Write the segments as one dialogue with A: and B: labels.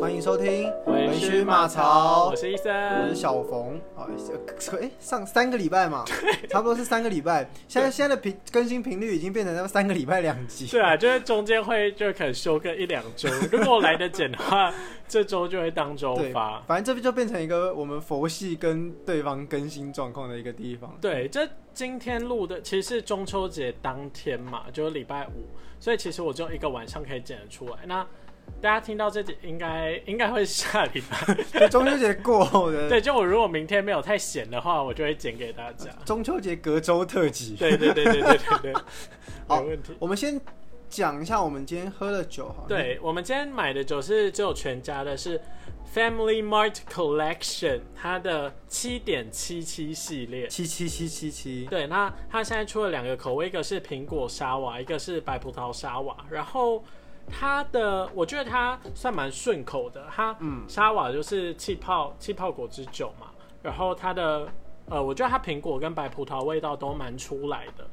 A: 欢迎收听
B: 文
A: 须
B: 须
A: 马
B: 马
A: 槽
B: 槽，我是医
A: 我是
B: 生。
A: 小冯，啊，哎、上三个礼拜嘛，差不多是三个礼拜。现在现在的频更新频率已经变成三个礼拜两集。
B: 对啊，就是中间会就可能休个一两周，如果我来得剪的话，这周就会当周
A: 对，
B: 发。
A: 反正这就变成一个我们佛系跟对方更新状况的一个地方。
B: 对，这今天录的其实是中秋节当天嘛，就是礼拜五，所以其实我只有一个晚上可以剪得出来。那大家听到这集应该应该会是下礼 拜，
A: 就中秋节过后的，
B: 对，就我如果明天没有太闲的话，我就会剪给大 家。
A: 中秋节隔周特辑。
B: 对对对对对对对，
A: 好
B: 没问题。
A: 我们先讲一下我们今天喝的酒哈。，
B: 对我们今天买的酒是只有全家的，是 Family Mart Collection 它的七点七七系列。
A: 七七七七七，
B: 对，那它现在出了两个口味，一个是苹果沙瓦，一个是白葡萄沙瓦。然后它的，我觉得它算蛮顺口的。它
A: 嗯
B: 沙瓦就是气泡气泡果汁酒嘛，然后它的呃，我觉得它苹果跟白葡萄味道都蛮出来的。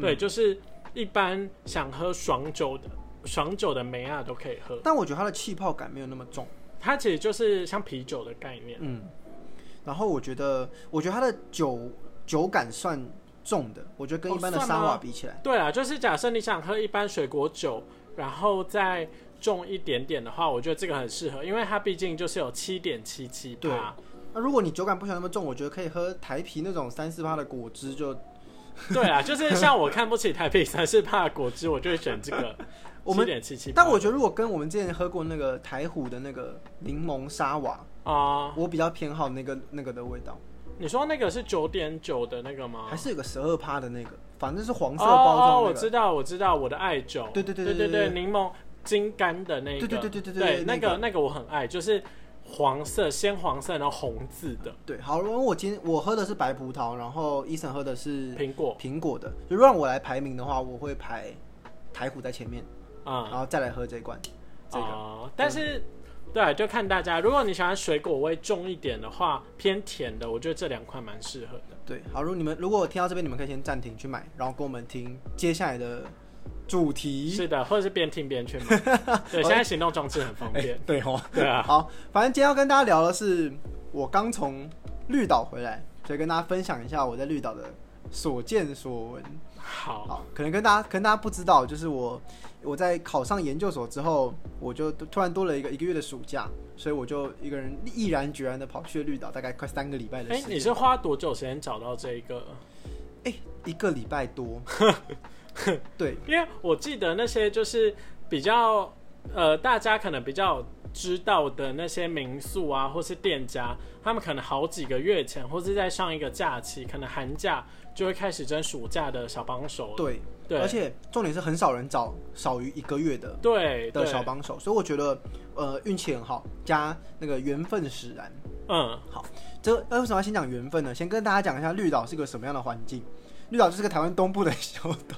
B: 对，就是一般想喝爽酒的爽酒的梅啊亚都可以喝，
A: 但我觉得它的气泡感没有那么重。
B: 它其实就是像啤酒的概念。
A: 嗯，然后我觉得，我觉得它的酒酒感算重的，我觉得跟一般的
B: 哦算吗
A: 沙瓦比起来，
B: 对啊，就是假设你想喝一般水果酒，然后再重一点点的话，我觉得这个很适合，因为它毕竟就是有七点七七
A: 对
B: 趴。
A: 那、如果你酒感不喜欢那么重，我觉得可以喝台啤那种三四趴的果汁就。
B: 对啊，就是像我看不起台北三四趴的果汁，我就会选这个
A: 我
B: 七
A: 们
B: 点七七。
A: 但我觉得如果跟我们之前喝过那个台虎的那个柠檬沙瓦，
B: 啊、
A: 我比较偏好那个那个的味道，
B: 你说那个是九点九的那个吗？
A: 还是有个十二趴的那个，反正是黄色包
B: 哦哦，
A: 装
B: 我
A: 那个。
B: 知道，我知道，我的爱酒，
A: 对对对
B: 对
A: 对
B: 对
A: 对
B: 柠檬金柑的那个，
A: 对对对对对
B: 对
A: 对那
B: 那
A: 个
B: 个那个我很爱，就是黄色鲜黄色，然后红字的
A: 对，好，然后我今天我喝的是白葡萄，然后医生喝的是
B: 苹果
A: 苹果的。就让我来排名的话，我会排台虎在前面，
B: 啊，
A: 然后再来喝这一罐。这个嗯
B: 哦但是。对，就看大家。如果你喜欢水果味重一点的话，偏甜的，我觉得这两款蛮适合的。
A: 对，好，如果你们如果听到这边，你们可以先暂停去买，然后跟我们听接下来的主题。
B: 是的，或者是边听 边去买。对，现在行动装置很方便。
A: 对哦，
B: 对啊，
A: 好，反正今天要跟大家聊的是，我刚从绿岛回来，所以跟大家分享一下我在绿岛的所见所闻。
B: 好，
A: 好，可能跟大家可能大家不知道，就是我我在考上研究所之后，我就突然多了一个一个月的暑假，所以我就一个人毅然决然的跑去了绿岛，大概快三个礼拜的
B: 哎、
A: 时
B: 你
A: 间，
B: 是花多久时间找到这一个？
A: 哎、一个礼拜 多，对，
B: 因为我记得那些就是比较呃，大家可能比较知道的那些民宿啊，或是店家，他们可能好几个月前，或是在上一个假期，可能寒假就会开始争暑假的小帮手了。
A: 对，
B: 对
A: 而且重点是很少人找少于一个月的
B: 对
A: 的
B: 对，
A: 小帮手，所以我觉得呃运气很好，加那个缘分使然。
B: 嗯，
A: 这呃为什么要先讲缘分呢？先跟大家讲一下绿岛是个什么样的环境。绿岛就是个台湾东部的小 岛，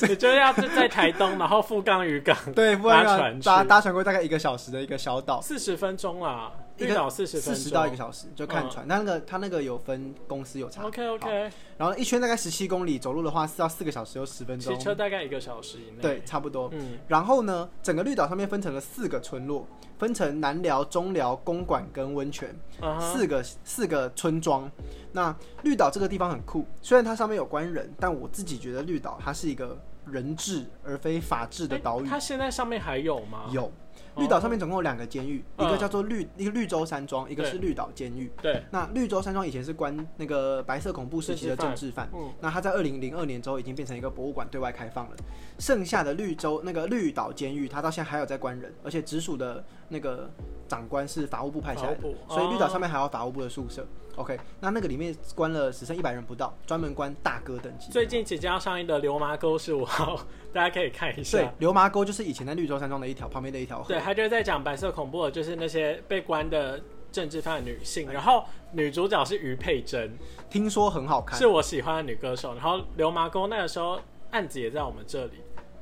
B: 你就是要在在台东，然后富冈渔港
A: 对，不然
B: 搭
A: 要
B: 船去
A: 搭搭船过大概一个小时的一个小岛，
B: 四十分钟啦，
A: 一个
B: 绿岛四十分
A: 四十
B: 钟，嗯
A: 到一个小时就看船。那那个它那个有分公司有差，
B: OK OK，
A: 然后一圈大概十七公里，走路的话四到四个小时有十分
B: 骑
A: 钟，
B: 车大概一个小时以内。
A: 对，，差不多。
B: 嗯，
A: 然后呢，整个绿岛上面分成了四个村落，分成南寮、中寮、公馆跟温泉、
B: 啊哈，
A: 四个四个村庄。那绿岛这个地方很酷，虽然它上面有关人，但我自己觉得绿岛它是一个人治而非法治的岛屿
B: 诶。哎它现在上面还有吗？
A: 有绿岛上面总共有两个监狱，一
B: 嗯
A: 个叫做绿一个绿洲山庄，一个
B: 对
A: 是绿岛监狱。
B: 哦对，
A: 那绿洲山庄以前是关那个白色恐怖时期的政治犯，
B: 嗯，
A: 那它在二零零二年之后已经变成一个博物馆对外开放了。剩下的绿洲那个绿岛监狱，它到现在还有在关人，而且直属的那个长官是法务部派下来的
B: 法务，部
A: 所以绿岛
B: 哦
A: 上面还有法务部的宿舍。OK，那那个里面关了只剩一百人不到，专门关大哥等级。
B: 最近即将要上映的《流麻沟》是五号， 大家可以看一
A: 对
B: 下。，
A: 流麻沟就是以前在绿洲山庄的一条旁边的一条河。
B: 啊对，他就是在讲白色恐怖，的，就是那些被关的政治犯女性，然后女主角是于佩珍，
A: 听说很好看
B: 是我喜欢的女歌手。然后《流麻沟》那个时候案子也在我们这里。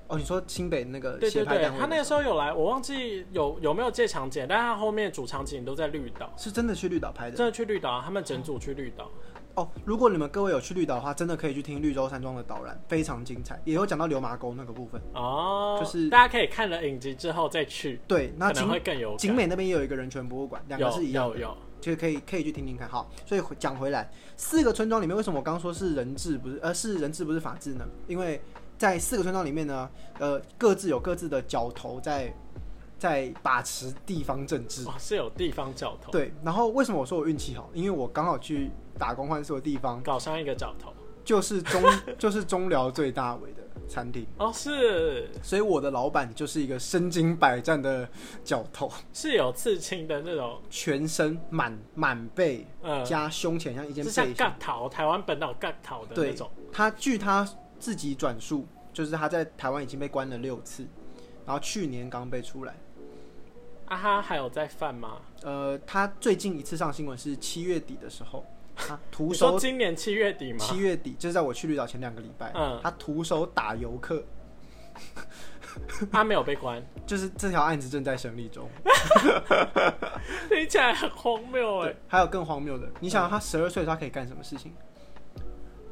A: 哦。你说新北那个
B: 对
A: 协
B: 对
A: 派
B: 对
A: 单，位
B: 他那
A: 的
B: 个
A: 时
B: 时候有来，我忘记有有没有借场景，但他后面主场景都在绿岛
A: 候，是真的去绿岛拍的。
B: 真的去绿岛啊，他们整组去绿岛。
A: 哦，如果你们各位有去绿岛的话，真的可以去听绿洲山庄的导览，非常精彩，也有讲到流麻沟那个部分。
B: 哦，
A: 就是
B: 大家可以看了影集之后再去，
A: 对，那
B: 可能
A: 景
B: 会更有感
A: 景美那边也有一个人权博物馆，两个
B: 有
A: 是一样
B: 有
A: 的，
B: 有，
A: 就是可以可以去听听看。好，所以回讲回来，四个村庄里面，为什么我刚说是人治不是呃是人治不是法治呢？因为在四个村庄里面呢，呃各自有各自的角头在在把持地方政治。
B: 哦，是有地方教头，
A: 对，然后为什么我说我运气好？因为我刚好去打工换宿的地方
B: 搞上一个角头，
A: 就是中就是中寮最大尾的餐厅，
B: 哦，是
A: 所以我的老板就是一个身经百战的角头，
B: 是有刺青的那种，
A: 全身满满背
B: 呃，
A: 加胸前像一件
B: 是
A: 背
B: 像
A: 心。
B: 尬桃，台湾本岛尬桃的那
A: 对
B: 种，
A: 他据他自己转述，就是他在台湾已经被关了六次，然后去年刚被出来。
B: 啊哈，还有在犯吗？
A: 呃，他最近一次上新闻是七月底的时候，他徒
B: 你说
A: 手
B: 今年七月底吗？
A: 七月底，就是在我去绿岛前两个礼拜，
B: 嗯
A: 他徒手打游客，
B: 他没有被关，
A: 就是这条案子正在审理中。
B: 听起来很荒谬哎
A: 对。，还有更荒谬的，你想啊想他十二岁的时候他可以干什么事情？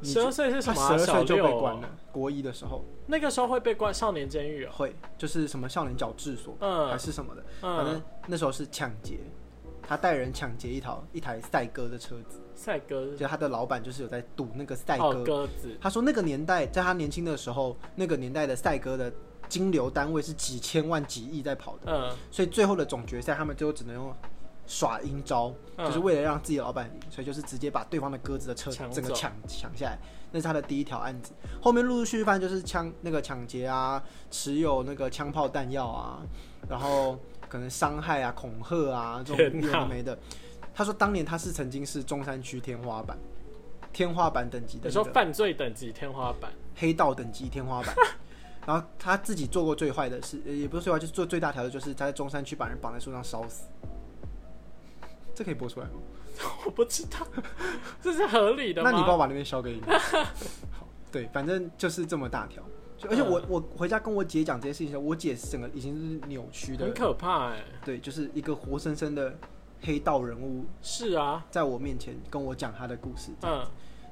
B: 十二岁是
A: 他
B: 什
A: 十
B: 么啊、
A: 二
B: 小
A: 岁就
B: 六
A: 被
B: 哦
A: 关了，国一的时候
B: 那个时候会被关少年监狱哦。
A: 会就是什么少年矫治所
B: 嗯
A: 还是什么的，反
B: 嗯
A: 正，那时候是抢劫，他带人抢劫一台一台赛鸽的车子，
B: 赛鸽
A: 就他的老板就是有在赌那个赛
B: 哦，
A: 鸽。
B: 鸽子
A: 他说那个年代，在他年轻的时候，那个年代的赛鸽的金流单位是几千万几亿在跑的，
B: 嗯
A: 所以最后的总决赛他们最后只能用耍阴招。就是
B: 嗯，
A: 为了让自己的老板赢，所以就是直接把对方的鸽子的车
B: 抢
A: 整个
B: 走
A: 抢抢下来。那是他的第一条案子，后面陆陆续续发现就是枪那个抢劫啊，持有那个枪炮弹药啊，然后可能伤害啊、恐吓啊这种
B: 天
A: 有
B: 哪
A: 的没的。他说当年他是曾经是中山区天花板，天花板等级的
B: 你
A: 那
B: 说
A: 个
B: 犯罪等级天花板
A: 黑道等级天花板。 然后他自己做过最坏的事，呃也不是最坏，就是做最大条的，就是他在中山区把人绑在树上烧死。这可以播出来吗？
B: 我不知 道，这是合理的吗？
A: 那你帮我把那边销给你。 好对，反正就是这么大条。就而且
B: 嗯
A: 我、我回家跟我姐讲这些事情的时候，我姐是整个已经是扭曲的
B: 很，可怕哎、
A: 对，就是一个活生生的黑道人物，
B: 是啊，
A: 在我面前跟我讲他的故事。
B: 嗯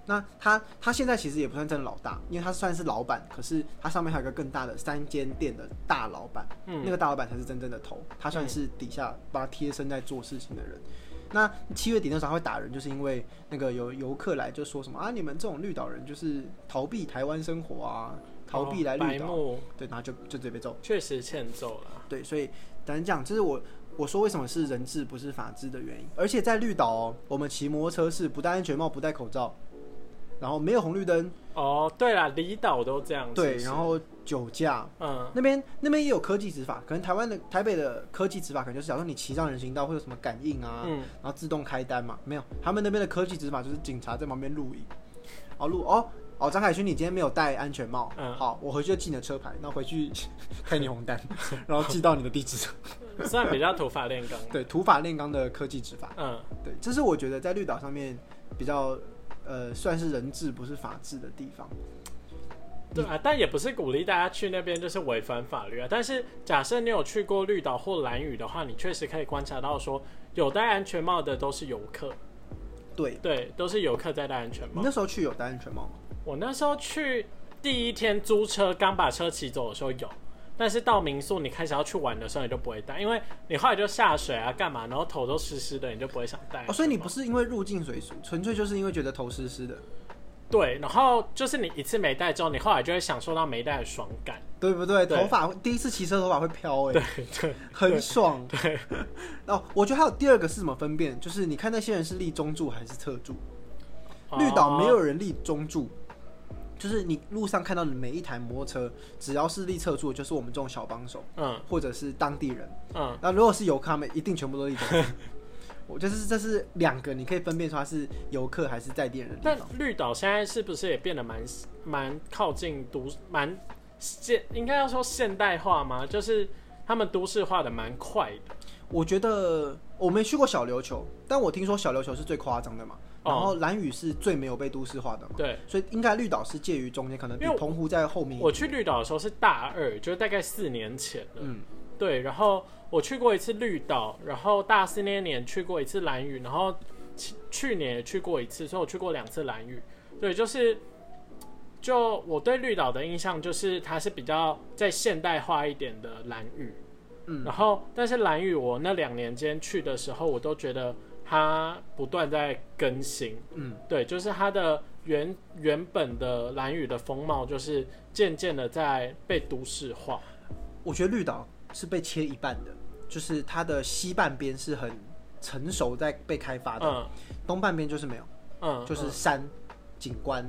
A: 那他他现在其实也不算真的老大，因为他算是老板，可是他上面还有一个更大的三间店的大老板，
B: 嗯
A: 那个大老板才是真正的头，他算是底下帮他贴身在做事情的人。那七月底那时候他会打人，就是因为那个有游客来就说什么啊，你们这种绿岛人就是逃避台湾生活啊，逃避来
B: 哦白
A: 绿岛，
B: 目
A: 对，然后就就直接被揍。
B: 确实欠揍了。
A: 对，所以咱讲，这是我我说为什么是人治不是法治的原因。而且在绿岛哦，我们骑摩托车是不戴安全帽、不戴口罩，然后没有红绿灯，
B: 哦，对啦，离岛都这样。
A: 对，
B: 是不是
A: 然后酒驾。
B: 嗯，
A: 那边那边也有科技执法，可能台湾的台北的科技执法，可能就是假如说你骑上人行道会有什么感应啊，
B: 嗯
A: 然后自动开单嘛，没有，他们那边的科技执法就是警察在旁边录影，哦录哦哦，张凯勋你今天没有戴安全帽，
B: 嗯
A: 好，我回去就记你的车牌，那回去 开你红单， 然后寄到你的地址。
B: 算比较土法炼钢。
A: 对，土法炼钢的科技执法，
B: 嗯，
A: 对，这是我觉得在绿岛上面比较呃算是人治不是法治的地方。
B: 对啊，但也不是鼓励大家去那边就是违反法律啊。但是假设你有去过绿岛或蓝屿的话，你确实可以观察到说，有戴安全帽的都是游客，
A: 对，
B: 对，都是游客在戴安全
A: 你
B: 帽。
A: 那时候去有戴安全帽吗？
B: 我那时候去第一天租车，刚把车骑走的时候有。但是到民宿，你开始要去玩的时候，你就不会戴，因为你后来就下水啊，干嘛，然后头都湿湿的，你就不会想戴。
A: 哦，所以你不是因为入境水俗，纯粹就是因为觉得头湿湿的，
B: 对，然后就是你一次没戴之后，你后来就会享受到没戴的爽感。
A: 对不对？
B: 对
A: 头发会第一次骑车头发会飘、欸，
B: 对 对，
A: 很爽。对， 哦，我觉得还有第二个是怎么分辨，就是你看那些人是立中柱还是侧柱。绿岛没
B: 哦
A: 有人立中柱，就是你路上看到的每一台摩托车，只要是立侧柱，就是我们这种小帮手
B: 嗯
A: 或者是当地人。
B: 嗯，
A: 那如果是游客，他们一定全部都立中 柱。我就是这是两个，你可以分辨出他是游客还是在地人的地
B: 但
A: 方。
B: 绿岛现在是不是也变得蛮蛮靠近都蛮现应该要说现代化吗？就是他们都市化的蛮快的。
A: 我觉得我没去过小琉球，但我听说小琉球是最夸张的嘛，
B: 哦
A: 然后蓝屿是最没有被都市化的嘛，
B: 对，
A: 所以应该绿岛是介于中间，可能比
B: 因为
A: 澎湖在后面一点。
B: 我去绿岛的时候是大二，就是大概四年前了。
A: 嗯，
B: 对，然后我去过一次绿岛，然后大四那一年去过一次蓝屿，然后去去年也去过一次，所以我去过两次蓝屿。对，就是就我对绿岛的印象就是它是比较在现代化一点的蓝屿。
A: 嗯
B: 然后但是蓝屿我那两年间去的时候，我都觉得它不断在更新。
A: 嗯
B: 对，就是它的原原本的蓝屿的风貌，就是渐渐的在被都市化。
A: 我觉得绿岛是被切一半的，就是它的西半边是很成熟在被开发的，
B: 嗯
A: 东半边就是没有，
B: 嗯，
A: 就是山、景观，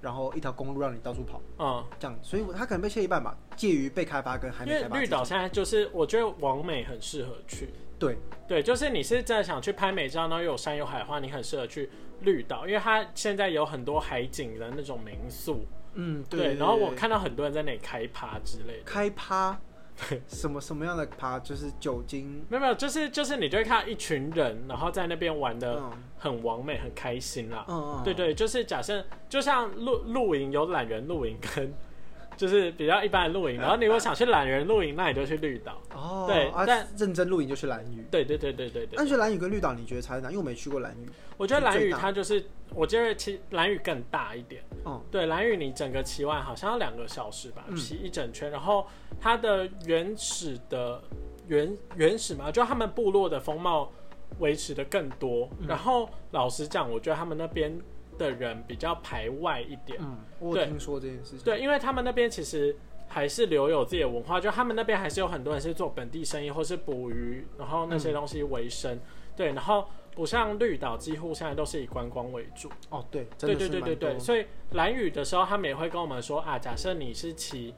A: 然后一条公路让你到处跑，
B: 嗯，
A: 这样，所以它可能被切一半吧，介于被开发跟还
B: 因
A: 没
B: 为
A: 开发之
B: 绿
A: 间。
B: 岛现在就是我觉得往美很适合去。
A: 对，
B: 对，就是你是真的想去拍美照，然后有山有海的话，你很适合去绿岛，因为它现在有很多海景的那种民宿。
A: 嗯对
B: 然后我看到很多人在那里开趴之类的。
A: 开趴，什么什么样的趴，就是酒精，
B: 没有没有，就是就是你就会看到一群人，然后在那边玩的
A: 嗯
B: 很完美，很开心啦。
A: 嗯嗯，
B: 对对，就是假设就像露露营有懒人露营跟 就是比较一般的露
A: 嗯
B: 营，然后你如果想去懒人露营，那你就去绿岛。
A: 哦，
B: 对
A: 啊
B: 但
A: 认真露营就去蓝屿。
B: 对对对对对
A: 那
B: 对，
A: 你觉得蓝屿跟绿岛，你觉得差在哪？因为我没去过蓝屿。
B: 我觉得蓝
A: 嗯最
B: 屿
A: 大
B: 它就是，我觉得其蓝屿更大一点。
A: 嗯
B: 对，蓝屿你整个骑完好像要两个小时吧，
A: 嗯
B: 骑一整圈，然后它的原始的原原始嘛，就他们部落的风貌维持的更多。
A: 嗯
B: 然后老实讲，我觉得他们那边的人比较排外一点，
A: 嗯，我有听说这件事情。
B: 对，因为他们那边其实还是留有自己的文化，就他们那边还是有很多人是做本地生意或是捕鱼，然后那
A: 嗯
B: 些东西为生。对，然后不像绿岛，几乎现在都是以观光为主。
A: 哦，对，真
B: 对
A: 的
B: 对
A: 是
B: 对
A: 蛮
B: 对对，
A: 多
B: 所以蓝雨的时候，他们也会跟我们说啊，假设你是骑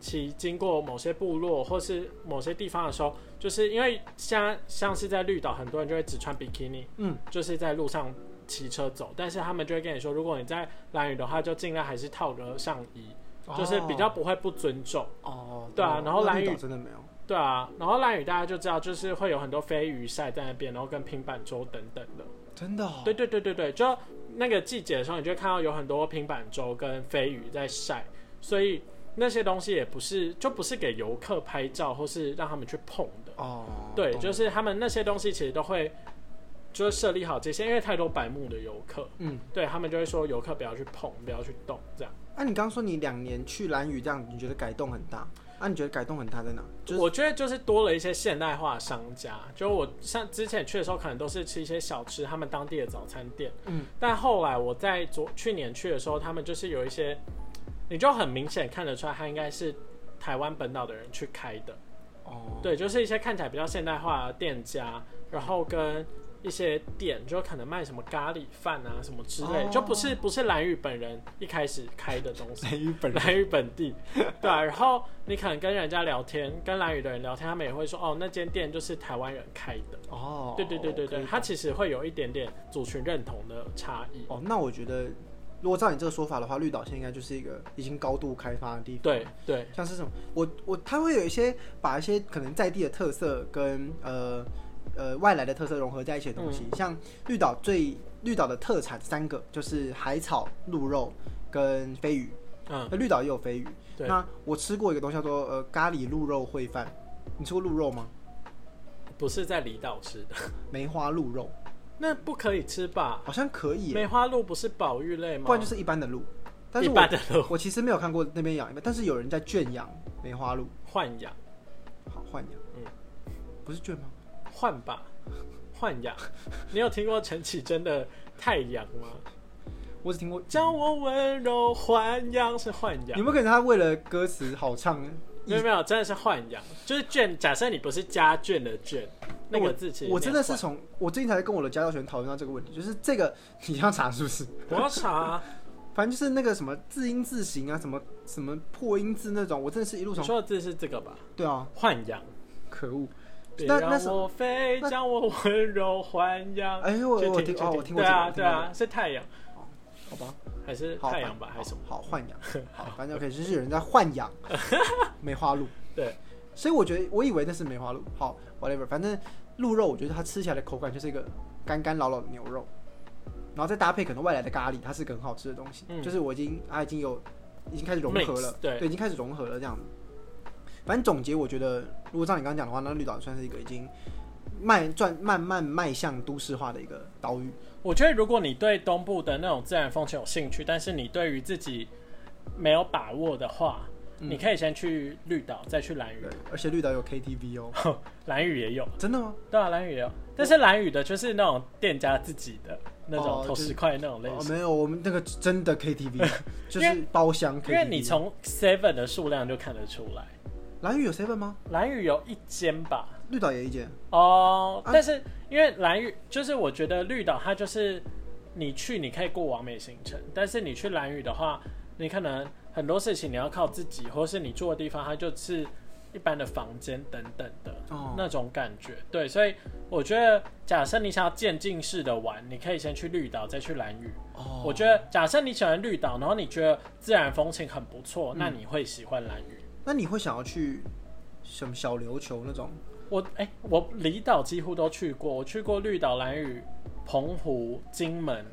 B: 骑经过某些部落或是某些地方的时候，就是因为像像是在绿岛，很多人就会只穿比基尼，
A: 嗯，
B: 就是在路上骑车走，但是他们就会跟你说，如果你在蓝雨的话，就尽量还是套个上衣，就是比较不会不尊重。
A: 哦，
B: 对啊
A: 懂
B: 然后
A: 那
B: 蓝屿
A: 绿岛真的没有，
B: 对啊，然后蓝雨大家就知道，就是会有很多飞鱼晒在那边，然后跟平板舟等等的。
A: 真的哦，
B: 对对对对对，就那个季节的时候，你就会看到有很多平板舟跟飞鱼在晒，所以那些东西也不是就不是给游客拍照或是让他们去碰的。
A: 哦，
B: 对，
A: 懂
B: 就是他们那些东西其实都会就是设立好界限，因为太多白目的游客，
A: 嗯，
B: 对他们就会说游客不要去碰，不要去动这样。
A: 那啊你刚刚说你两年去蓝屿这样，你觉得改动很大？啊，你觉得改动很大在哪？就是
B: 我觉得就是多了一些现代化的商家，就我像之前去的时候，可能都是吃一些小吃，他们当地的早餐店。
A: 嗯，
B: 但后来我在昨去年去的时候，他们就是有一些，你就很明显看得出来，他应该是台湾本岛的人去开的。
A: 哦，
B: 对，就是一些看起来比较现代化的店家，然后跟一些店，就可能卖什么咖喱饭啊什么之类，
A: 哦
B: 就不是不是蓝屿本人一开始开的东西。
A: 蓝屿 本
B: 蓝屿本地，对、啊，然后你可能跟人家聊天，跟蓝屿的人聊天，他们也会说，哦，那间店就是台湾人开的。
A: 哦，
B: 对对对对对，
A: 可以
B: 它其实会有一点点族群认同的差异。
A: 哦，那我觉得如果照你这个说法的话，绿岛现在应该就是一个已经高度开发的地方。
B: 对对，
A: 像是什么，我我它会有一些把一些可能在地的特色跟呃呃外来的特色融合在一起的东
B: 嗯
A: 西，像绿岛最绿岛的特产三个就是海草、鹿肉跟飞鱼，
B: 嗯，
A: 那绿岛也有飞鱼。
B: 对
A: 那我吃过一个东西叫做呃咖喱鹿肉烩饭，你吃过鹿肉吗？
B: 不是在离岛吃的，
A: 梅花鹿肉
B: 那不可以吃吧？
A: 好像可以耶，
B: 梅花鹿不是保育类吗？
A: 不然就是一般的鹿，但是
B: 一
A: 我
B: 般的鹿
A: 我其实没有看过那边养，但是有人在圈养梅花鹿，
B: 豢养，
A: 好换养，
B: 嗯
A: 嗯，不是圈吗？
B: 换吧，豢养。你有听过陈绮贞的《太阳》吗？
A: 嗯我只听过
B: 将我温柔豢养是豢养
A: 有。没有可能他为了歌词好唱？
B: 没有没有，真的是豢养，就是卷。假设你不是家眷的眷，那个字其实
A: 我我真的是
B: 念
A: 从我最近才跟我的家教学员讨论到这个问题，就是这个你要查是不是？
B: 豢我要 查啊，
A: 反正就是那个什么字音字形啊，什么什么破音字那种，我真的是一路
B: 你
A: 从
B: 说的字是这个吧？
A: 对啊，
B: 豢养，
A: 可恶！
B: 别
A: 那那
B: 让
A: 是
B: 我飞，
A: 那
B: 将我温柔豢养。
A: 哎我
B: 去
A: 我听
B: 去
A: 哦我听过
B: 对
A: 这个
B: 啊
A: 我听
B: 对
A: 过
B: 啊，是太阳
A: 好吧，
B: 还是
A: 好
B: 太阳吧还是什么？？
A: 好好豢 养，好，反正 OK，就是有人在豢养梅花鹿，
B: 对，
A: 所以我觉得我以为那是梅花鹿，好 whatever，反正鹿肉我觉得它吃起来的口感就是一个干干老老的牛肉，然后再搭配可能外来的咖喱，它是个很好吃的东西，
B: 嗯
A: 就是我已经啊它已经有已经开始融合了
B: Mix，，对
A: 已经开始融合了这样子。反正总结，我觉得如果照你刚刚讲的话，那绿岛算是一个已经慢转慢慢迈向都市化的一个岛屿。
B: 我觉得如果你对东部的那种自然风情有兴趣，但是你对于自己没有把握的话，
A: 嗯
B: 你可以先去绿岛，再去蓝屿啊
A: 对。，而且绿岛有 KTV 哦，
B: 蓝屿也有，
A: 真的吗？
B: 对啊，蓝屿也有，但是蓝屿的就是那种店家自己的那
A: 哦
B: 种
A: 就
B: 投
A: 是
B: 十块那种类
A: 哦，
B: 型，
A: 没有，我们那个真的 KTV 就
B: 因
A: 是包厢 KTV。
B: 因为你从 Seven 的数量就看得出来，
A: 蓝屿有 seven 吗？
B: 蓝屿有一间吧，
A: 绿岛也一间。
B: 哦、
A: 啊
B: 但是因为蓝屿，就是我觉得绿岛它就是你去你可以过完美行程，但是你去蓝屿的话，你可能很多事情你要靠自己，或是你住的地方它就是一般的房间等等的、
A: 哦
B: 那种感觉。对，所以我觉得假设你想要渐进式的玩，你可以先去绿岛，再去蓝屿。
A: 哦
B: 我觉得假设你喜欢绿岛，然后你觉得自然风情很不错，
A: 嗯
B: 那你会喜欢蓝屿。
A: 那你会想要去什么小琉球那种？
B: 我哎、我离岛几乎都去过，我去过绿岛、蓝屿、澎湖、金门。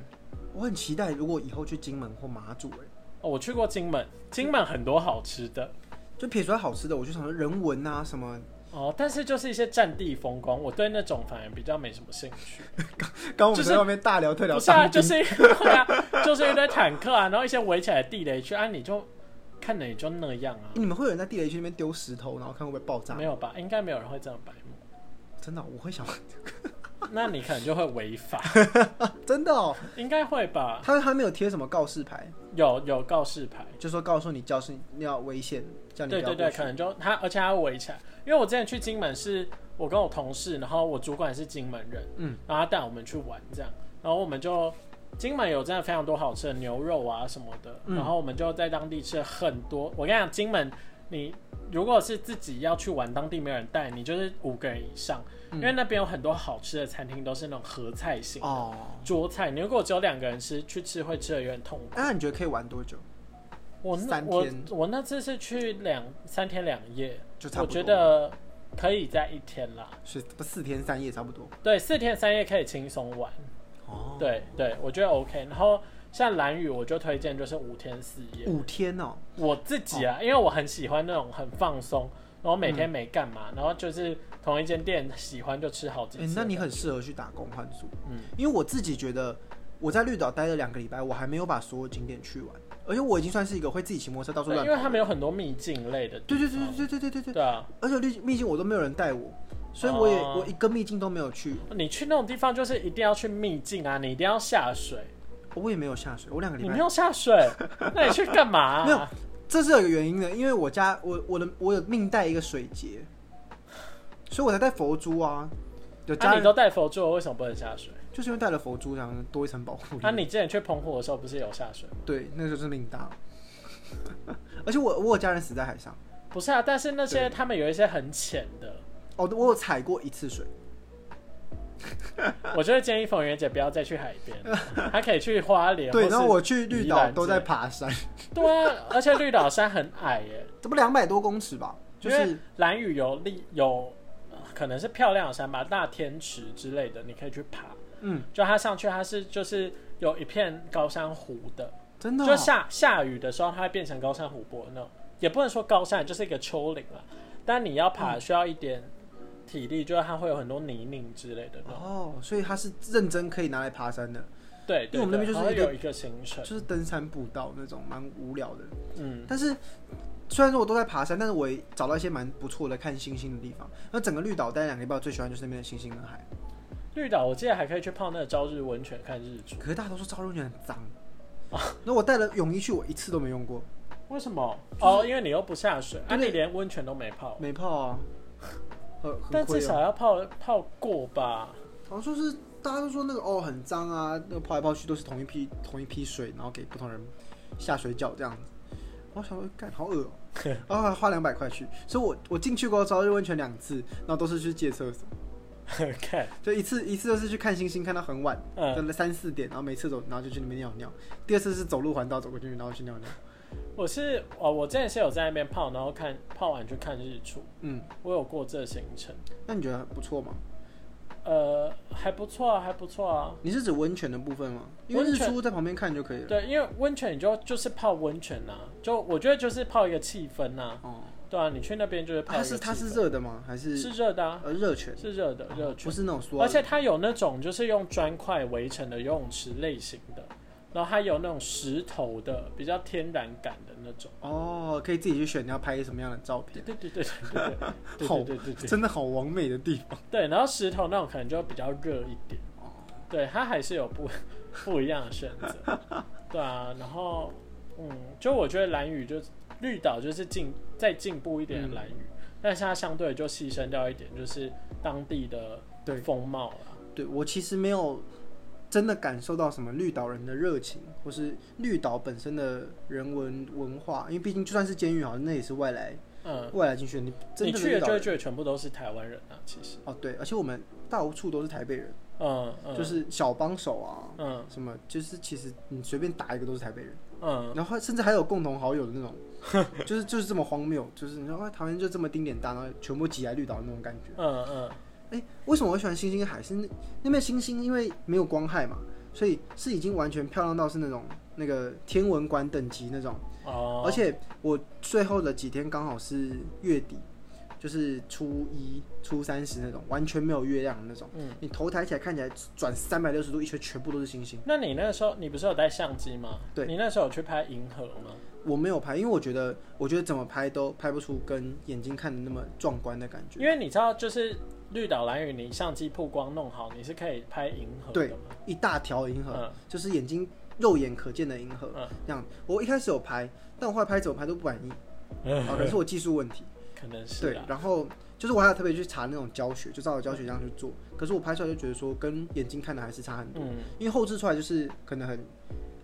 A: 我很期待，如果以后去金门或马祖、欸，
B: 哦，我去过金门，金门很多好吃的
A: 就撇除它好吃的，我就想说人文啊什么。
B: 哦，但是就是一些战地风光，我对那种反而比较没什么兴趣。
A: 刚刚我
B: 就
A: 们
B: 是
A: 在外面大聊特聊
B: 不是啊，
A: 当
B: 就
A: 兵，
B: 是对啊，就是一堆坦克啊，然后一些围起来的地雷区啊，你就看着也就那样啊，
A: 你们会有人在地雷区那边丢石头，然后看会不会爆炸
B: 没？有吧？应该没有人会这样白目，
A: 真的哦、我会想，
B: 那你可能就会违法，
A: 真的哦。
B: 应该会吧？
A: 他他没有贴什么告示牌，
B: 有有告示牌。
A: 就说告诉你教室你要危险，叫你不
B: 对
A: 要
B: 对
A: 过
B: 对，
A: 去
B: 可能就他，而且他会围起来。因为我之前去金门是，我跟我同事，然后我主管是金门人，
A: 嗯，
B: 然后他带我们去玩这样，然后我们就金门有真的非常多好吃的牛肉啊什么的，
A: 嗯
B: 然后我们就在当地吃了很多。我跟你讲，金门你如果是自己要去玩，当地没有人带，你就是五个人以上，
A: 嗯
B: 因为那边有很多好吃的餐厅都是那种合菜型的。
A: 哦。
B: 桌菜，你如果只有两个人吃，去吃会吃的有点痛苦。
A: 那、你觉得可以玩多久？
B: 我那
A: 三
B: 我
A: 天
B: 我那次是去两三天两夜，
A: 就差
B: 我
A: 不多。
B: 觉得可以在一天啦，
A: 是不四天三夜差不多。
B: 对，四天三夜可以轻松玩，
A: 哦，
B: 对对，我觉得 OK。然后像蓝屿，我就推荐就是五天四夜。
A: 五天哦，
B: 我自己啊，因为我很喜欢那种很放松，然后每天没干嘛，然后就是同一间店喜欢就吃好几
A: 哎、嗯
B: 次。啊
A: 那你很适合去打工换宿。
B: 嗯，
A: 因为我自己觉得我在绿岛待了两个礼拜，我还没有把所有景点去完，而且我已经算是一个会自己骑摩托车到处
B: 对
A: 乱
B: 因为
A: 跑。
B: 他们有很多秘境类的地
A: 对
B: 方。
A: 对对对对对对对对，
B: 对啊，
A: 而且绿秘境我都没有人带我，所以我也、
B: 哦
A: 我一个秘境都没有去，
B: 你去那种地方就是一定要去秘境啊，你一定要下水。
A: 我也没有下水，我两哦个礼
B: 你
A: 拜
B: 没有下水，那你去干嘛、啊
A: 没有这是有一个原因的，因为我家我我的我有命带一个水节，所以我才带佛珠啊。有
B: 那、
A: 家
B: 你
A: 人、
B: 都带佛珠，为什么不能下水？
A: 就是因为带了佛珠，然后多一层保护力。
B: 那、你之前去澎湖的时候不是有下水吗？
A: 对，那个就是命大。 而且我我有家人死在海上，
B: 不是啊，但是那
A: 对
B: 些他们有一些很浅的，
A: 哦，我有踩过一次水，
B: 我就会建议冯媛姐不要再去海边了，还可以去花莲。
A: 对，
B: 或是
A: 然后我去绿
B: 宜
A: 岛
B: 兰
A: 都
B: 之
A: 在
B: 类
A: 爬山，
B: 对啊，而且绿岛山很矮耶，
A: 这不两百多公尺吧？就
B: 因为
A: 是
B: 蓝屿有丽有、呃可能是漂亮的山吧，大天池之类的，你可以去爬。
A: 嗯，
B: 就它上去，它是就是有一片高山湖的，
A: 真的、哦，
B: 就下下雨的时候，它会变成高山湖泊那种，也不能说高山，就是一个丘陵啦。但你要爬需要一点体力，就是它会有很多泥泞之类的那种。
A: 哦，所以它是认真可以拿来爬山的，
B: 对，
A: 因为我们那边就是
B: 对对
A: 一个
B: 它会有一个行程，
A: 就是登山步道那种，蛮无聊的。
B: 嗯，
A: 但是虽然说我都在爬山，但是我也找到一些蛮不错的看星星的地方。那整个绿岛待两个礼拜，我最喜欢就是那边的星星跟海。
B: 绿岛我记得还可以去泡那个朝日温泉看日出，
A: 可是大家都说招人觉得很脏，
B: 哦
A: 那我带了泳衣去，我一次都没用过，
B: 为什么？哦，因为你又不下水，
A: 对
B: 啊，
A: 对
B: 你连温泉都没泡，
A: 没泡啊，很很
B: 但至
A: 亏哦。
B: 少要泡泡过吧？
A: 好像说是大家都说那个哦很脏啊，那个泡来泡去都是同一批同一批水，然后给不同人下水饺这样子。我想说，干好恶哦、 然后还花两百块去，所以我我进去过朝日温泉两次，然后都是去借厕所，
B: 看，
A: 就一次一次都是去看星星，看到很晚，
B: 嗯，
A: 就三四点，然后没厕所，然后就去那边尿尿。第二次是走路环岛走过去，然后去尿尿。
B: 我是哦，我之前是有在那边泡，然后看泡完去看日出，
A: 嗯，
B: 我有过这行程，
A: 那你觉得不错吗？
B: 呃，还不错啊，还不错啊。
A: 你是指温泉的部分吗？因为
B: 温
A: 日
B: 泉
A: 出在旁边看就可以了。
B: 对，因为温泉你就就是泡温泉呐、就我觉得就是泡一个气氛呐、
A: 哦，
B: 对对啊，你去那边就是泡一
A: 它
B: 个
A: 是
B: 气氛、
A: 它是热的吗？还是
B: 是热的、啊，
A: 呃热泉？
B: 是热的热泉
A: 不。是那种缩，
B: 而且它有那种就是用砖块围成的游泳池类型的，然后它有那种石头的，比较天然感的那种。
A: 哦，可以自己去选你要拍什么样的照
B: 对
A: 片，
B: 对对对对对对
A: 好
B: 对对对对
A: 真的好完美的地方。
B: 对，然后石头那种可能就比较热一点。对，它还是有不 不一样的选择。对啊，然后嗯，就我觉得蓝雨就绿岛就是进再进步一点的蓝雨，
A: 嗯
B: 但是它相对就牺牲掉一点，就是当地的
A: 对
B: 风貌啦。
A: 对我其实没有真的感受到什么绿岛人的热情，或是绿岛本身的人文文化，因为毕竟就算是监狱，好像那也是外来
B: 嗯，
A: 外来进去的，你真
B: 你
A: 的
B: 去
A: 绿
B: 了
A: 岛
B: 就会
A: 人
B: 觉得全部都是台湾人啊，其实。
A: 哦，对，而且我们到处都是台北人，
B: 嗯，嗯
A: 就是小帮手啊，
B: 嗯
A: 什么就是其实你随便打一个都是台北人。
B: 嗯，
A: 然后甚至还有共同好友的那种，就是就是这么荒谬，就是你知道啊，台湾就这么丁点大，然后全部挤来绿岛的那种感觉。
B: 嗯嗯
A: 哎，为什么我喜欢星星海？是那那边星星因为没有光害嘛，所以是已经完全漂亮到是那种那个天文馆等级那种。
B: 哦，
A: 而且我最后的几天刚好是月底，就是初一、初三十那种，完全没有月亮的那种。
B: 嗯，
A: 你头抬起来看起来转三百六十度一圈，全部都是星星。
B: 那你那时候你不是有带相机吗？
A: 对
B: 你那时候有去拍银河吗？
A: 我没有拍，因为我觉得，我觉得怎么拍都拍不出跟眼睛看的那么壮观的感觉。
B: 因为你知道，就是绿岛蓝雨，你相机曝光弄好，你是可以拍银河的
A: 对
B: 嘛。
A: 一大条银河，
B: 嗯
A: 就是眼睛肉眼可见的银河。
B: 嗯
A: 这样，我一开始有拍，但我后来拍怎么拍都不满意，啊，可能是我技术问 题。
B: 可能嗯是
A: 对
B: 啊，，
A: 然后就是我还有特别去查那种教学，就照着教学这样去做。可是我拍出来就觉得说，跟眼睛看的还是差很多，
B: 嗯，
A: 因为后置出来就是可能很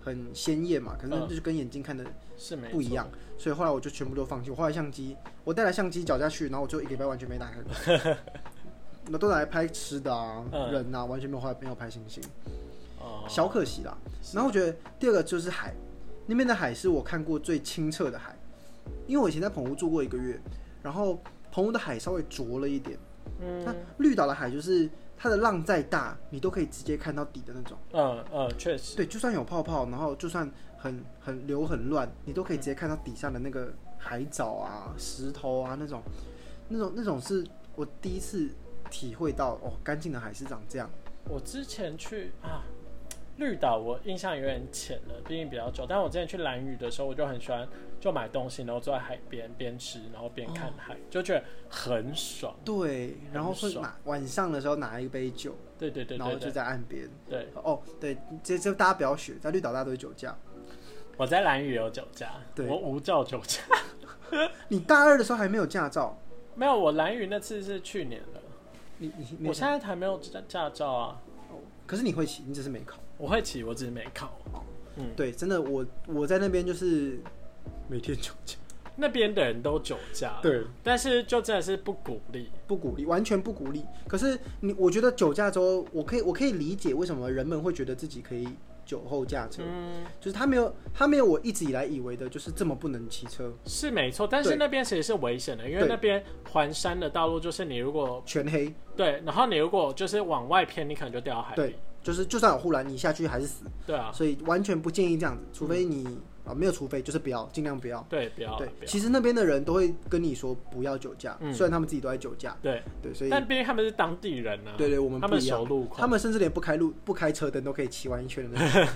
A: 很鲜艳嘛，可是
B: 嗯
A: 就是跟眼睛看的
B: 是没
A: 不一样，所以后来我就全部都放弃。我后来相机，我带来相机脚下去，然后我就一个礼拜完全没打开过。 那都拿来拍吃的啊、
B: 嗯
A: 人啊，完全没有后来没有拍星星，
B: 错哦。
A: 小可惜啦。然后我觉得第二个就是海，那边的海是我看过最清澈的海，因为我以前在澎湖住过一个月，然后澎湖的海稍微浊了一点，那
B: 嗯
A: 绿岛的海就是它的浪再大，你都可以直接看到底的那种。
B: 嗯嗯，确实，
A: 对，就算有泡泡，然后就算很很流很乱，你都可以直接看到底下的那个海藻啊、石头啊那种，那种那种是我第一次体会到哦，干净的海是长这样。
B: 我之前去啊。绿岛我印象有点浅了，毕竟比较久。但我之前去蓝屿的时候，我就很喜欢就买东西，然后坐在海边边吃，然后边看
A: 哦
B: 海，就觉得很爽。
A: 对，然后
B: 很
A: 会
B: 爽
A: 拿晚上的时候拿一杯酒，
B: 对对对
A: 然后
B: 对
A: 就
B: 对
A: 在岸边。
B: 对，
A: 哦，对，这这大家不要学，在绿岛大家都会酒驾。
B: 我在蓝屿有酒驾，
A: 对
B: 我无照酒驾。
A: 你大二的时候还没有驾照，
B: 没有，我蓝屿那次是去年的，
A: 你你没
B: 我
A: 有
B: 现在还没有驾驾照啊。
A: 可是你会骑，你只是没考。
B: 我会骑，我只是没考。嗯
A: 对，真的，我我在那边就是每天酒驾，
B: 那边的人都酒驾，，
A: 对，
B: 但是就真的是不鼓励。
A: 不鼓励，完全不鼓励。可是你，我觉得酒驾之后，我可以我可以理解为什么人们会觉得自己可以酒后驾车，
B: 嗯，
A: 就是他没有他没有我一直以来以为的，就是这么不能骑车，
B: 是没错，但是
A: 对
B: 那边其实是危险的，因为
A: 对
B: 那边环山的道路就是你如果
A: 全黑，
B: 对，然后你如果就是往外偏，你可能就掉海里
A: 对。就是就算有护栏，你下去还是死，
B: 对啊，
A: 所以完全不建议这样子，除非你、啊没有，除非就是不要，尽量不要。
B: 对，不要
A: 对，
B: 啊不要。
A: 其实那边的人都会跟你说不要酒驾，
B: 嗯
A: 虽然他们自己都在酒驾，
B: 对，
A: 对，所以
B: 但毕竟他们是当地人啊，
A: 对对，我们
B: 他
A: 不
B: 们
A: 一样
B: 熟。路
A: 他
B: 况。
A: 们甚至连不开路、不开车灯都可以骑完一圈的那种。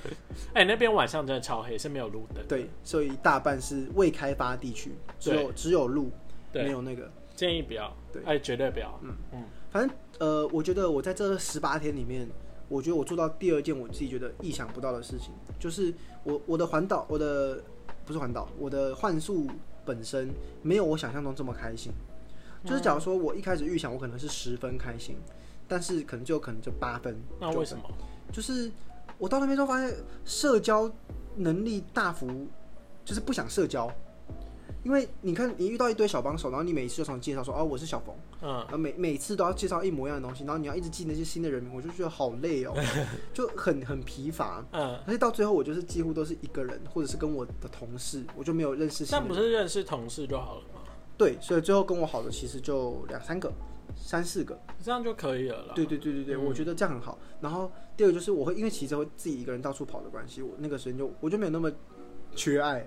B: 哎、那边晚上真的超黑，是没有路灯。
A: 对，所以大半是未开发地区，只有只有路，没
B: 对，
A: 有那个。
B: 建议不要。
A: 对嗯
B: 哎，绝对不要。嗯
A: 反正呃，我觉得我在这十八天里面，我觉得我做到第二件我自己觉得意想不到的事情，就是我我的环岛，我的不是环岛，我的幻术本身没有我想象中这么开心。就是假如说我一开始预想我可能是十分开心，但是可能就可能就八分。
B: 那为什么？
A: 就是我到那边之后发现社交能力大幅，就是不想社交，因为你看你遇到一堆小帮手，然后你每一次就从介绍说哦我是小冯，
B: 嗯，
A: 然后每每次都要介绍一模一样的东西，然后你要一直记那些新的人名，我就觉得好累哦，就很很疲乏。
B: 嗯，
A: 而且到最后，我就是几乎都是一个人，或者是跟我的同事，我就没有认识新
B: 但
A: 的
B: 不
A: 人。
B: 是认识同事就好了嘛，
A: 对，所以最后跟我好的其实就两三个、三四个。
B: 这样就可以了啦。
A: 对对对对对，
B: 嗯
A: 我觉得这样很好。然后第 二个就是我会因为骑车会自己一个人到处跑的关系，我那个时间就我就没有那么缺爱，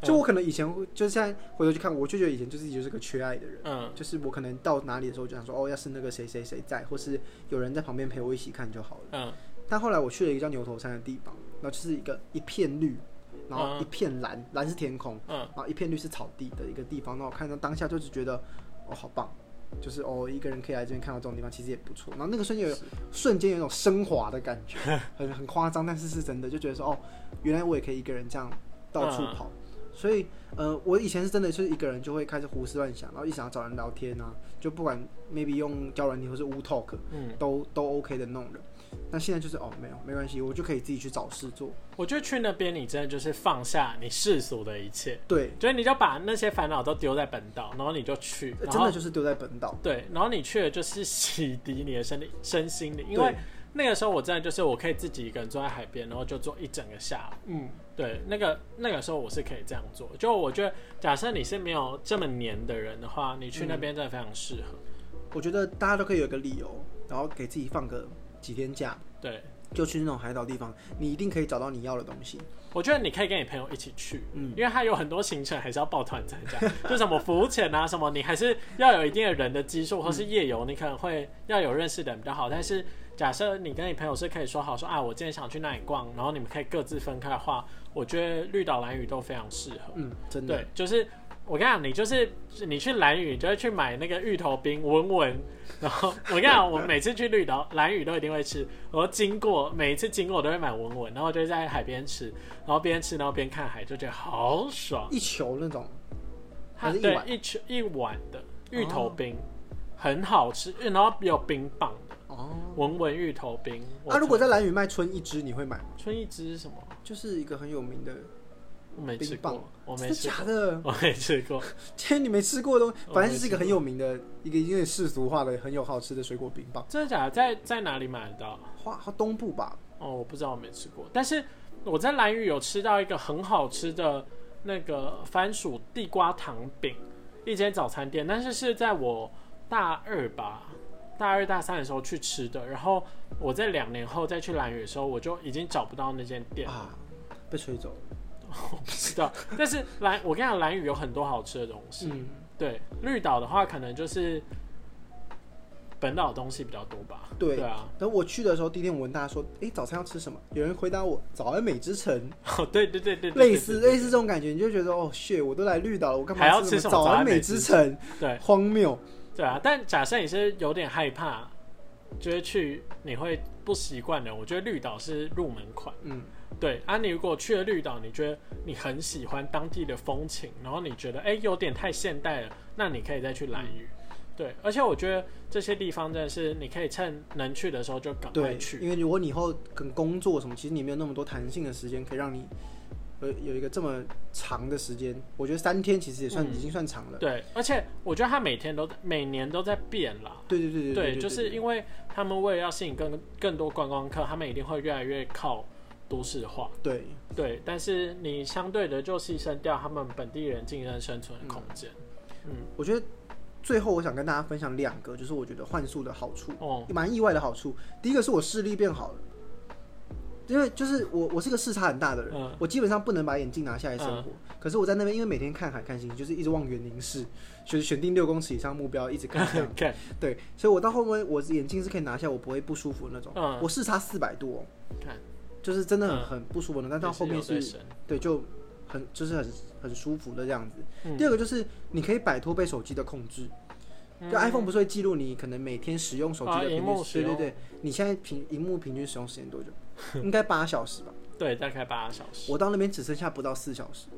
A: 就我可能以前会就是现在回头去看，我就觉得以前就自己就是个缺爱的人，
B: 嗯，
A: 就是我可能到哪里的时候就想说，哦，要是那个谁谁谁在，或是有人在旁边陪我一起看就好了。
B: 嗯，
A: 但后来我去了一个叫牛头山的地方，然后就是一个一片绿，然后一片蓝，蓝是天空，
B: 嗯
A: 然后一片绿是草地的一个地方。那我看到当下就是觉得，哦，好棒，就是哦，一个人可以来这边看到这种地方，其实也不错。然后那个瞬间有瞬间有一种升华的感觉，很很夸张，但是是真的，就觉得说哦，原来我也可以一个人这样到处跑。
B: 嗯
A: 所以，呃，我以前是真的就是一个人就会开始胡思乱想，然后一想要找人聊天啊，就不管 maybe 用交友软体或是 Wu Talk，
B: 嗯，
A: 都都 OK 的那种人。那现在就是哦，没有没关系，我就可以自己去找事做。
B: 我觉得去那边你真的就是放下你世俗的一切，
A: 对，
B: 就是你就把那些烦恼都丢在本岛，然后你就去，然
A: 呃真
B: 后
A: 的就是丢在本岛。
B: 对，然后你去的就是洗涤你的身体身心灵，因
A: 对
B: 为那个时候我真的就是我可以自己一个人坐在海边，然后就坐一整个下午。
A: 嗯，
B: 对，那个那个时候我是可以这样做。就我觉得，假设你是没有这么黏的人的话，你去那
A: 嗯
B: 边真的非常适合。
A: 我觉得大家都可以有一个理由，然后给自己放个几天假，
B: 对，
A: 就去那种海岛地方，你一定可以找到你要的东西。
B: 我觉得你可以跟你朋友一起去，
A: 嗯
B: 因为它有很多行程还是要抱团参加，就什么浮潜啊什么，你还是要有一定的人的基数，或是夜游，你可能会要有认识的人比较好。但是假设你跟你朋友是可以说好说啊，我今天想去那里逛，然后你们可以各自分开的话，我觉得绿岛、蓝屿都非常适合。
A: 嗯，真的
B: 对，就是我跟你讲，你就是你去蓝屿，就会去买那个芋头冰闻闻。然后 我跟你讲，我每次去绿岛、蓝屿都一定会吃，我经过每一次经过我都会买闻闻，然后就在海边吃，然后边吃然后边看海，就觉得好爽。
A: 一球那种，还是一
B: 对
A: 碗
B: 一吃一碗的芋头冰、很好吃，然后有冰棒的
A: 哦。
B: 闻闻芋头冰。我
A: 那、啊如果在蓝屿卖春一支，你会买吗？
B: 春一枝是什么？
A: 就是一个很有名的，
B: 我没吃
A: 冰棒
B: 过，我
A: 真
B: 没
A: 的
B: 吃，
A: 假的？
B: 我没吃过。
A: 今天你没吃过的东西，
B: 我
A: 反正
B: 没
A: 就是一
B: 吃
A: 个很有名的，一个有点世俗化的、很有好吃的水果冰棒。
B: 真的假的？在在哪里买得到？
A: 花东部吧，
B: 哦，我不知道，我没吃过。但是我在兰屿有吃到一个很好吃的那个番薯地瓜糖饼，一间早餐店，但是是在我大二吧，大二大三的时候去吃的。然后我在两年后再去兰屿的时候，我就已经找不到那间店，
A: 啊，被吹走。
B: 我不知道。但是兰，我跟你讲，兰屿有很多好吃的东西。
A: 嗯，
B: 对，绿岛的话，可能就是本岛的东西比较多吧。
A: 对
B: 对啊，
A: 等我去的时候，第一天我问大家说：“诶，早餐要吃什么？”有人回答我：“早安美之城。
B: 哦，对对对对”对，
A: 类似
B: 对
A: 类似这种感觉，你就觉得哦，shit，我都来绿岛了，我干
B: 还
A: 嘛
B: 要
A: 什
B: 吃
A: 么
B: 什么
A: 早
B: 早
A: 安
B: 安美
A: 之
B: 之哎
A: 城？
B: 对。
A: 荒谬。
B: 对啊，但假设你是有点害怕，就是去你会不习惯的，我觉得绿岛是入门款。
A: 嗯，
B: 对啊，你如果去了绿岛，你觉得你很喜欢当地的风情，然后你觉得哎、有点太现代了，那你可以再去蓝屿。
A: 嗯
B: 对，而且我觉得这些地方真的是你可以趁能去的时候就赶快
A: 对，
B: 去。
A: 因为如果你以后跟工作什么，其实你没有那么多弹性的时间，可以让你有有一个这么长的时间。我觉得三天其实也算、
B: 嗯
A: 已经算长了。
B: 对，而且我觉得它每天都在每年都在变啦。
A: 对对对对对，
B: 就是因为他们为了要吸引更更多观光客，他们一定会越来越靠都市化。
A: 对
B: 对，但是你相对的就牺牲掉他们本地人竞争生存的空间。
A: 我觉得最后我想跟大家分享两个，就是我觉得幻术的好处。
B: 哦，
A: 蛮意外的好处。第一个是我视力变好了，因为就是我我是个视差很大的人，
B: 嗯
A: 我基本上不能把眼镜拿下来生活。可是我在那边，因为每天看海看星星，就是一直望远凝视，选选定六公尺以上目标，一直看 这样。
B: 看，
A: 对，所以我到后面我眼镜是可以拿下，我不会不舒服的那种。
B: 嗯
A: 我视差四百度、哦，
B: 看，
A: 就是真的很
B: 嗯
A: 很不舒服的，但到后面
B: 也有
A: 是
B: 在省
A: 对就很就是很很舒服的这样子。
B: 嗯
A: 第二个就是你可以摆脱被手机的控制。就 iPhone 不是会记录你可能每天使用手机
B: 嗯啊
A: 的平
B: 荧
A: 均
B: 幕
A: 时？
B: 使
A: 对对
B: 用
A: 对，你现在平荧幕平均使用时间多 久？应该八小时吧。
B: 对，大概八小时。
A: 我到那边只剩下不到四小时，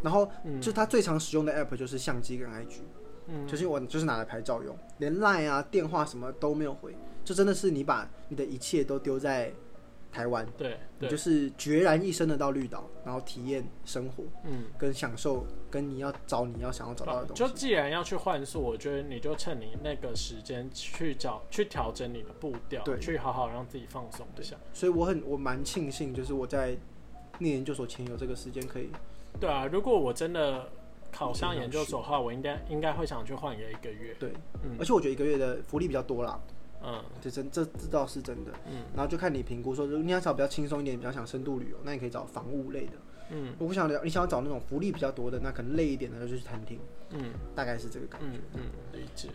A: 然后
B: 嗯
A: 就它最常使用的 app 就是相机跟 IG，、
B: 嗯，
A: 就是我就是拿来拍照用，连 Line 啊电话什么都没有回，就真的是你把你的一切都丢在台湾，
B: 对
A: 你
B: 对，
A: 就是决然一生的到绿岛，然后体验生活
B: 嗯，
A: 跟享受，跟你要找你要想要找到的东西。
B: 就既然要去换宿，我觉得你就趁你那个时间去找去调整你的步调
A: 对，
B: 去好好让自己放松一下。
A: 所以我很我蛮庆幸，就是我在念研究所前有这个时间可以。
B: 对啊，如果我真的考上
A: 我想
B: 研究所的话，我应该应该会想去换个一个月。
A: 对，
B: 嗯
A: 而且我觉得一个月的福利比较多啦，
B: 嗯
A: 这真这这倒是真的。
B: 嗯
A: 然后就看你评估说，如果你要找比较轻松一点，比较想深度旅游，那你可以找房务类的。
B: 嗯
A: 我不想聊，你想要找那种福利比较多的，那可能累一点的就去餐厅，
B: 嗯
A: 大概是这个感觉。
B: 嗯嗯，理解。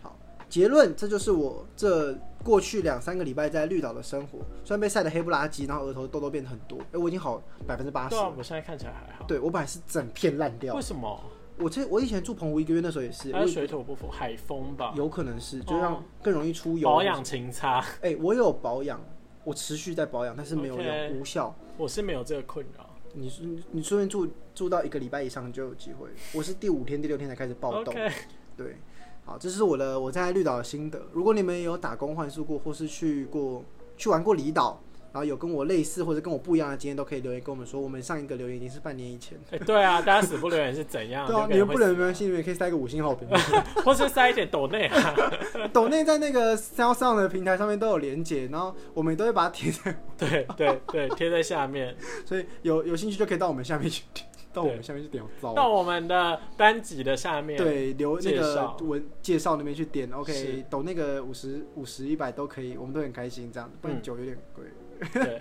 A: 结论，这就是我这过去两三个礼拜在绿岛的生活。虽然被晒得黑不拉几，然后额头痘痘变得很多，哎、我已经好百分之八十
B: 对。啊，我现在看起来还好。
A: 对，我本来是整片烂掉
B: 为。什么？
A: 我这我以前住澎湖一个月，那时候也是，
B: 还是
A: 我
B: 水土不服，海风吧，
A: 有可能是
B: 哦
A: 就让更容易出油。
B: 保养勤擦。
A: 哎、我有保养，我持续在保养，但是没有用
B: OK
A: 无效。
B: 我是没有这个困扰。
A: 你是你顺便住住到一个礼拜以上就有机会。我是第五天、第六天才开始爆痘。
B: OK，
A: 对，好，这是我的我在绿岛的心得。如果你们也有打工换宿过，或是去过去玩过离岛，然后有跟我类似或者跟我不一样的经验，都可以留言跟我们说。我们上一个留言已经是半年以前。
B: 哎对啊，大家死不留言是怎样？
A: 对啊，
B: 有个
A: 你
B: 人
A: 们不能没关系，你们也可以塞个五星好评。
B: 会，或是塞一点抖内啊。
A: 抖内在那个 s e l 上的平台上面都有连结，然后我们都会把它贴在，
B: 对对对，贴在下面。
A: 所以有有兴趣就可以到我们下面去，到我们下面去点糟。
B: 到我们的单集的下面。
A: 对，留那
B: 介
A: 个
B: 绍
A: 文介绍那边去点，OK，
B: 是
A: 抖那个五十五十一百都可以，我们都很开心这样，不然
B: 嗯
A: 酒有点贵。
B: 对，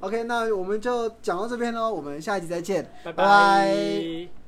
A: OK，那我们就讲到这边喽，我们下一集再见。
B: 拜
A: 拜
B: 拜。